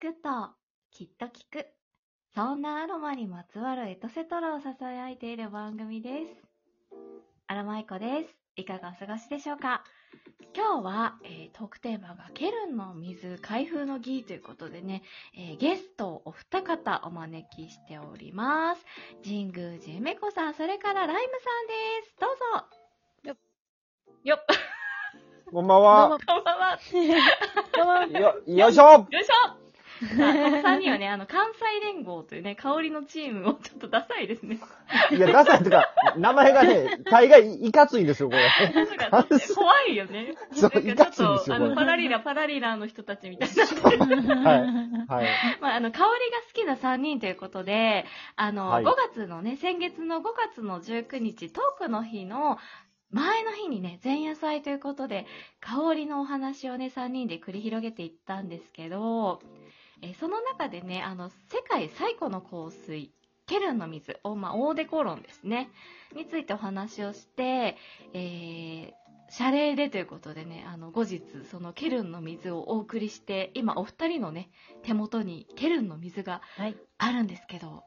くと、きっと聞く。そんなアロマにまつわるエトセトラをささやいている番組です。アロマイコです。いかがお過ごしでしょうか今日は、えートークテーマがケルンの水開封の儀ということでね、えーゲストをお二方お招きしております。神宮寺梅子さん、それからライムさんです。どうぞ。よっ。こんばんは。こんばんは。よ、よいしょよいしょさあ、この3人はね、あの、関西連合というね、香りのチームをちょっとダサいですね。いや、ダサいとか、名前がね、大概いかついんですよ、これ。なんか怖いよね。そうなんかちょいかついんっですと、よあこの、れパラリラ、パラリラの人たちみたいな。はい。はい。 まあ、あの、香りが好きな3人ということで、あの、はい5月のね、先月の5月の19日、トークの日の前の日にね、前夜祭ということで、香りのお話をね、3人で繰り広げていったんですけど、えーその中でね、あの、世界最古の香水、ケルンの水を、まあ、オーデコロンですね、についてお話をして、えー、謝礼でということでね、あの、後日、そのケルンの水をお送りして、今、お二人のね、手元にケルンの水がはいあるんですけど、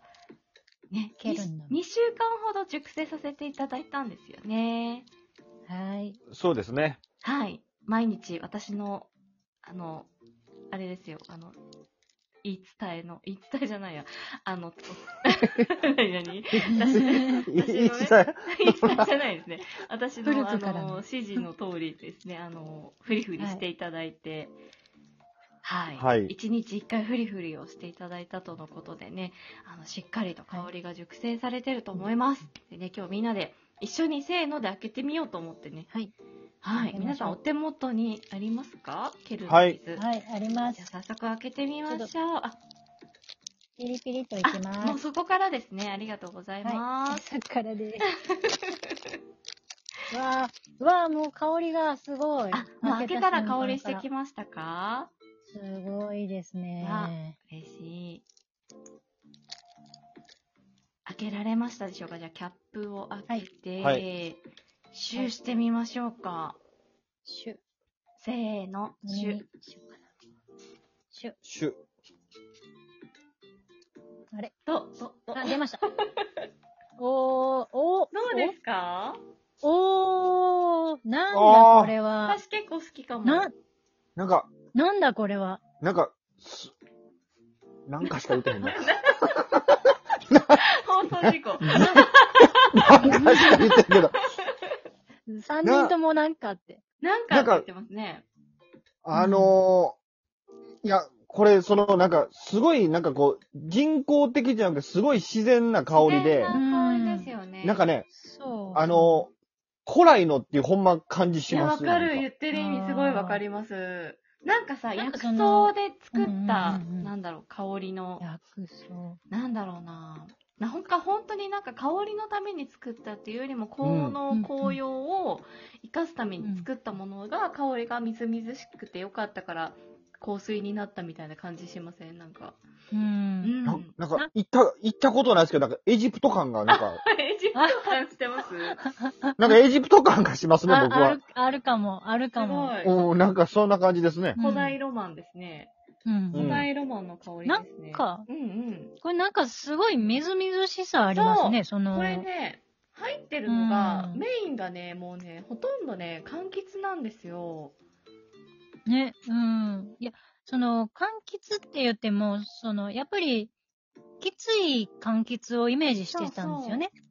ね、ケルンの 2, 週間ほど熟成させていただいたんですよね。はい。そうですね。はい。毎日私の、あの、あれですよ、あの、言い伝えの、言い伝えじゃないや、あ の、何何私私のね、言いいい伝伝えじゃないですね。私の、古あくからのの、指示の通りですね、あの、フリフリしていただいて、はい。はい一日一回フリフリをしていただいたとのことでね、あの、しっかりと香りが熟成されてると思います。でね、今日みんなで一緒にせーので開けてみようと思ってね。はい。はい。開けましょう皆さんお手元にありますかケルンはい水。はい、ありまじゃす。あ早速開けてみましょう。あ、ピリピリといきあもまうす。そこからですね。ありがとうございまはい。す。朝からです。わあ、うわあ、もう香りがすごい。あ、もう開けたら瞬間香りしてきかましたからすごいですわね。嬉しい。開けられましたでしょうかじゃあキャップを開けて、はシューしてみましょうか。シュ、せーの、シュ何に。しようかな。シュ、シュ。あれと、と、とあ、出ました。おー、おー、どうですかおー、なんだあーこれは。私結構好きかも。な、なんか、なんだこれは。なんか、すなんかしか言ってへんな。放送事故。なんかしか言ってんけど。三人ともなんかって。なんかって言ってますね。あのー、いや、これ、その、なんか、すごい、なんかこう、人工的じゃなくて、すごい自然な香りで自、然な香りですよね。なんかね、そう。あのー、古来のっていうほんま感じしいや、まわすかる。なん言ってる意味すごいわかります。なんかさ、な薬んか草そので作った、うんうんうんうんなんだろう、香りの、薬草。なんだろうな。なほか本当になんか香りのために作ったっていうよりも、効う能、ん紅葉を生かすために作ったものが、香りがみずみずしくてよかったから、香水になったみたいな感じしませんなんか。う。うんん。 ななんか、行った、行ったことないですけど、なんか、エジプト感が、なんか、エジプト感してますなんかエジプト感がしますね、あ僕あはる。、あるかも、あるかすも。ごい。うん、なんかそんな感じですね。古代ロマンですね。うん。うん古代ロマンの香りですね。なんかうんうん。これなんかすごいみずみずしさありますね、その。これね、入ってるのが、うんメインがね、もうね、ほとんどね、柑橘なんですよ。ね、うん。いや、その、柑橘って言っても、その、やっぱり、きつい柑橘をイメージしてたんですよね。うん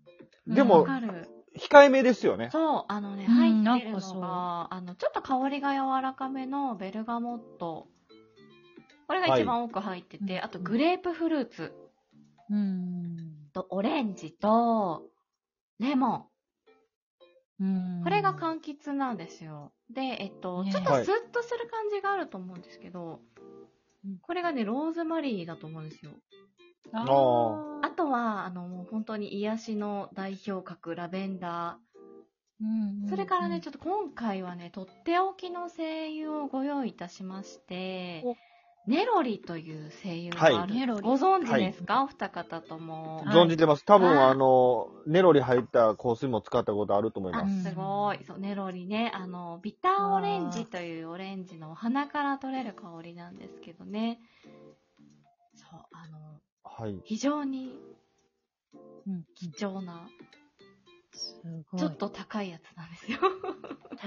でわも、かる。控えめですよね。そう、あのね、うん入ってるなんのかそうが、あの、ちょっと香りが柔らかめのベルガモット。これが一番多く入ってて、はいあとグレープフルーツうん。とオレンジとレモン。うん。これが柑橘なんですよ。で、えっと、ねえちょっとスッとする感じがあると思うんですけどうん、これがね、ローズマリーだと思うんですよ。あああとは、あの、もう本当に癒しの代表格、ラベンダうんー。それからね、ちょっと今回はね、とっておきの精油をご用意いたしましてお、ネロリという精油がある。はいネロリご存知ですか、お二方とも。はい存じてます。多分、はいあの、ネロリ入った香水も使ったことあると思いあます。うんすごい。そう、ネロリね。あの、ビターオレンジというオレンジのお花から取れる香りなんですけどね。そう、あの、はい。非常にうん。貴重な、すごい。ちょっと高いやつなんですよ。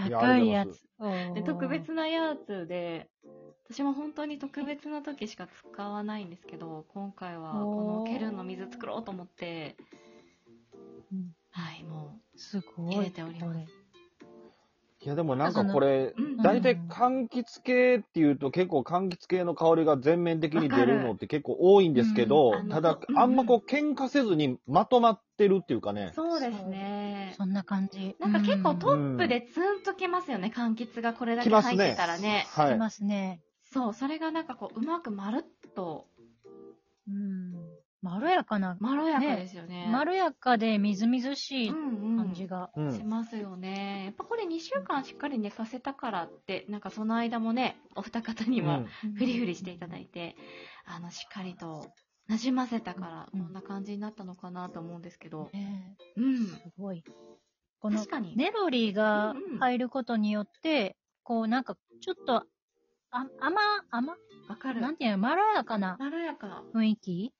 高いやつ。おでー特。別なやつで、私も本当に特別な時しか使わないんですけど、今回はこのおーケルンの水作ろうと思って、うんはい、もすごい。入れておりますこれいや、でもなんかこれ、う、うん、の大体柑橘系っていうと結構柑橘系の香りが全面的に出るのって結構多いんですけど、わかるたうんだあ、のあんまこう喧嘩せずにまとまってるっていうかね。そうですね。そんな感じ。なんか結構トうップでツンときますよね、柑橘がこれだきけます入っねてたらね。。んはきい。ますね。そう、それがなんかこう、うまくまるっと、うん。まろやかな。まろやかですよね。まろやかでみずみずしいうんうん感じが。うしん。ますよね。やっぱこれ2週間しっかり寝かせたからって、なんかその間もね、お二方にうもんフリフリしていただいて、あの、しっかりと馴染ませたから、うんこんな感じになったのかなと思うんですけど。ねうえんす。ごい。この確かに。ネロリーがうんうん入ることによって、こうなんかちょっと、あ甘、甘わかる。なんていうのまろやかなまろやか。雰囲気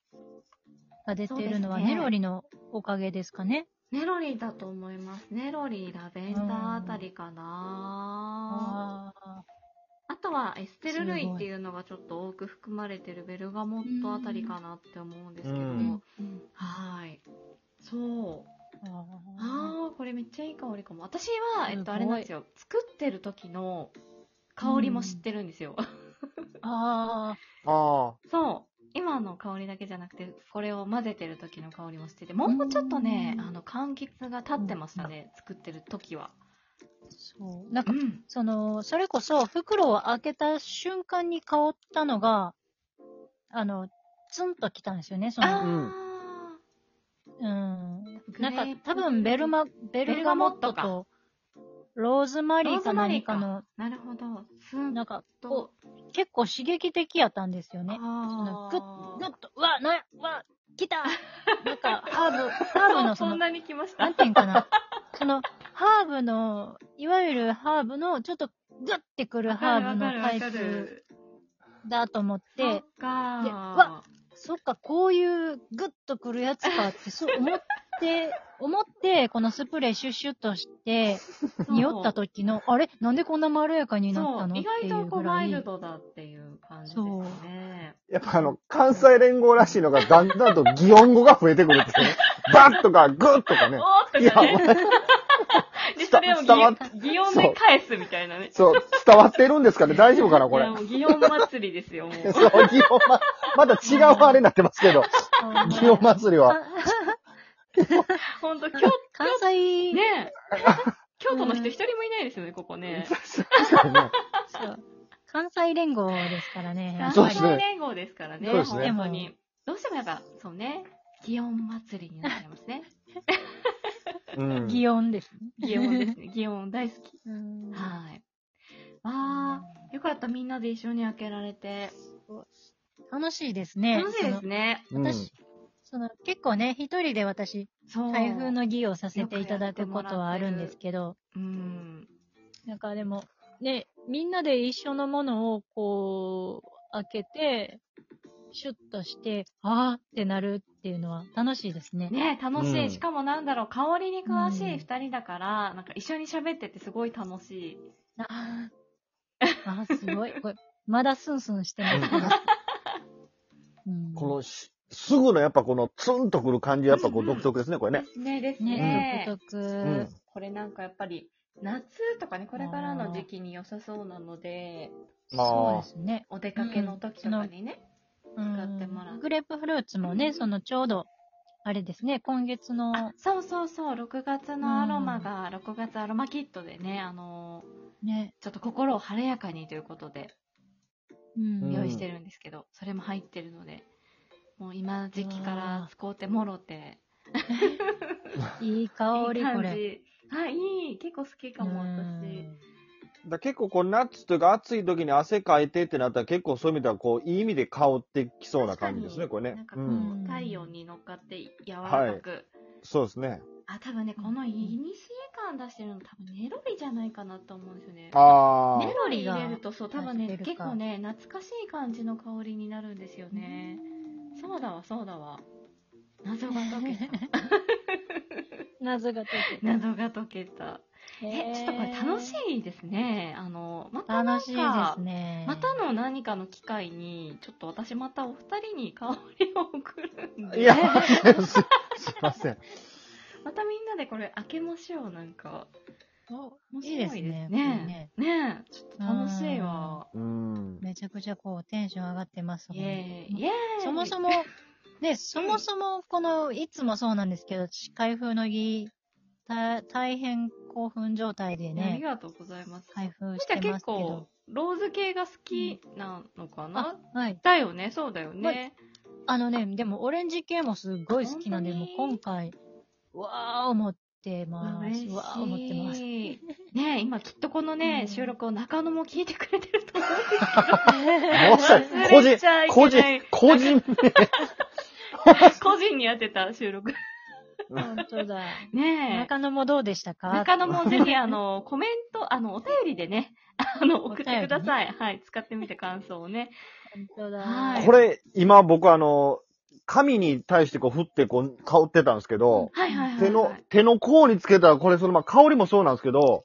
が出てるのは、そうですねネロリのおかげですかね。ネロリだと思います。ネロリ、ラベンダーあたりかな、あああとはエステル類っていうのがちょっと多く含まれてるベルガモットあたりかなって思うんですけど。うー。んうんはい。そう。あああ、これめっちゃいい香りかも。私は、えっすごと、いあれなんですよ。作ってる時の香りも知ってるんですよ。ーああそう。今の香りだけじゃなくて、これを混ぜてる時の香りも知ってて、もうちょっとね、うんあの、柑橘が立ってましたね。作ってる時は。ー、そう。なうんか、ん。その、それこそ袋を開けた瞬間に香ったのが、あの、ツンときたんですよね、そのああ、うんグレなーんプか、多分ベルマ、ベルガモットベルガモと、ローズマリーローズかマリー何かかの、なるほど。スン、なんか、ことう、結構刺激的やったんですよね。あグーッ、グッと、うわ、な、うわ、来たなんか、ハーブ、ハーブのそそんの、なに来ましたなん。ていうんかな。その、ハーブの、いわゆるハーブの、ちょっと、グッてくるハーブのタイわかプる。だと思っでて、、でわわそっか、こういうグッとくるやつかって、そう思って、 思って、このスプレーシュッシュッとして、匂った時の、あれなんでこんなまろやかになったのそうっ意てい外とうこうぐマらイい。ルドだっていう感じですね。あ。やっぱあの、関西連合らしいのがだんだんと擬音語が増えてくるんですよね。バッとかグッとかね。おーっといやかね。で、それを擬伝わっ擬音で返すみたいなね。そう、伝わってるんですかね大丈夫かなこれいや。もう擬音祭りですよ、もう。そう、擬音ま、まだ違うあれになってますけど、あ擬音ー祭りは。ほんと、京 関西、都、ねえ京都の人一人もいないですよね、ここね。確かにねそう関西連合ですからね。やっそうぱでりすね関西連合ですからね、そうですね本当に。どうしてもやっぱ、そうね、擬音祭りになっちゃいますね。うん。擬音ですね。擬音ですね。擬音大好き。うんはい。わー、よかった、みんなで一緒に開けられて。楽しいですね。楽しいですね。その私、その結構ね、一人で私、そう。台風の儀をさせていただくことはあるんですけど、うん。なんかでも、ね、みんなで一緒のものをこう、開けて、シュッとして、あーってなるっていうのは楽しいですね。ね楽しい、うんしかもなんだろう、香りに詳しうんい二人だから、なんか一緒に喋っててすごい楽しい。あーあー、すごい。これまだスンスンしてますけど。うんこのし、すぐのやっぱこのツンとくる感じ、やっぱこう独特ですね、これね。すね、ですね、ね。独特、うん。これなんかやっぱり、夏とかね、これからの時期に良さそうなので、そうですね。お出かけの時とかにね。うん使ってもらうグレープフルーツもね、そのちょうど、あれですね、今月のあ、そうそうそう、6月のアロマが、6月アロマキットでね、あのね、ーちょっと心を晴れやかにということで、うん用意してるんですけど、それも入ってるので、もう今時期から使うてもろて、いい香り、いいこ感れ。じ。あ、いい。結構好きかも、私。だ結構こう夏というか暑い時に汗かいてってなったら結構そういう意味ではこういい意味で香ってきそうな感じですね、確こかにれなねん。かうこう、ん。太陽に乗っかって柔らかく。そうですね。あ、多分ね、このイニシエ感出してるの多分ネロリじゃないかなと思うんですよね。あネロリ入れるとそう、多分ね、出してる結か構ね、懐かしい感じの香りになるんですよね。うそうだわ、そうだわ。謎が解けた。 謎が解けた。謎が解けた。え、ちょっとこれ楽しい。いですね。あの、またなん楽かしいですね。またの何かの機会に、ちょっと私またお二人に香りを送るんで。いや、す、すいません。またみんなでこれ開けましょう、なんか。お面い白いいでですすねね。これねねえ、ちょっと楽しいわ。うん。めちゃくちゃこう、テンション上がってます。イェーイ。本当にイェーイ。そもそも。も、ね、そもそも、この、いつもそうなんですけど、開封の儀、た大変興奮状態でありね、がとうございます。開封しそしてたらま結すけど構。、ローズ系が好きなのかな、あ、はい。だよね、そうだよね。あのね、でもオレンジ系もすごい好きなんで、あもう本当に今回、うわー思ってま嬉しす。い。うわー思って ます。ねえ今きっとこのね、うん収録を中野も聞いてくれてると思もしかしう。個忘れ人ちゃい個けな人い、個人名。 個人に当てた収録。本当だ。ねえ中野もどうでしたか中野もぜひあの、コメント、あの、お便りでね、あの、送ってください。はい、使ってみて感想をね。本当だ。はいこれ、今僕あの、神に対してこう振ってこう、香ってたんですけど、はいはいはい、はい。手の、手の甲につけたら、これそのまあ香りもそうなんですけど、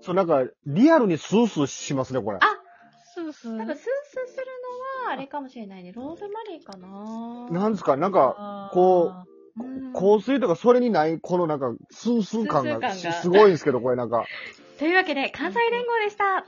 そうなんか、リアルにスースーしますね、これ。あスース多ー分、スースーするのは、あれかもしれないね。ローズマリーかななんですか、なんか、かこうん香水とかそれにない、このなんか、スースー感スースー感ががすすごいんですけど、これなんか。というわけで、関西連合でした。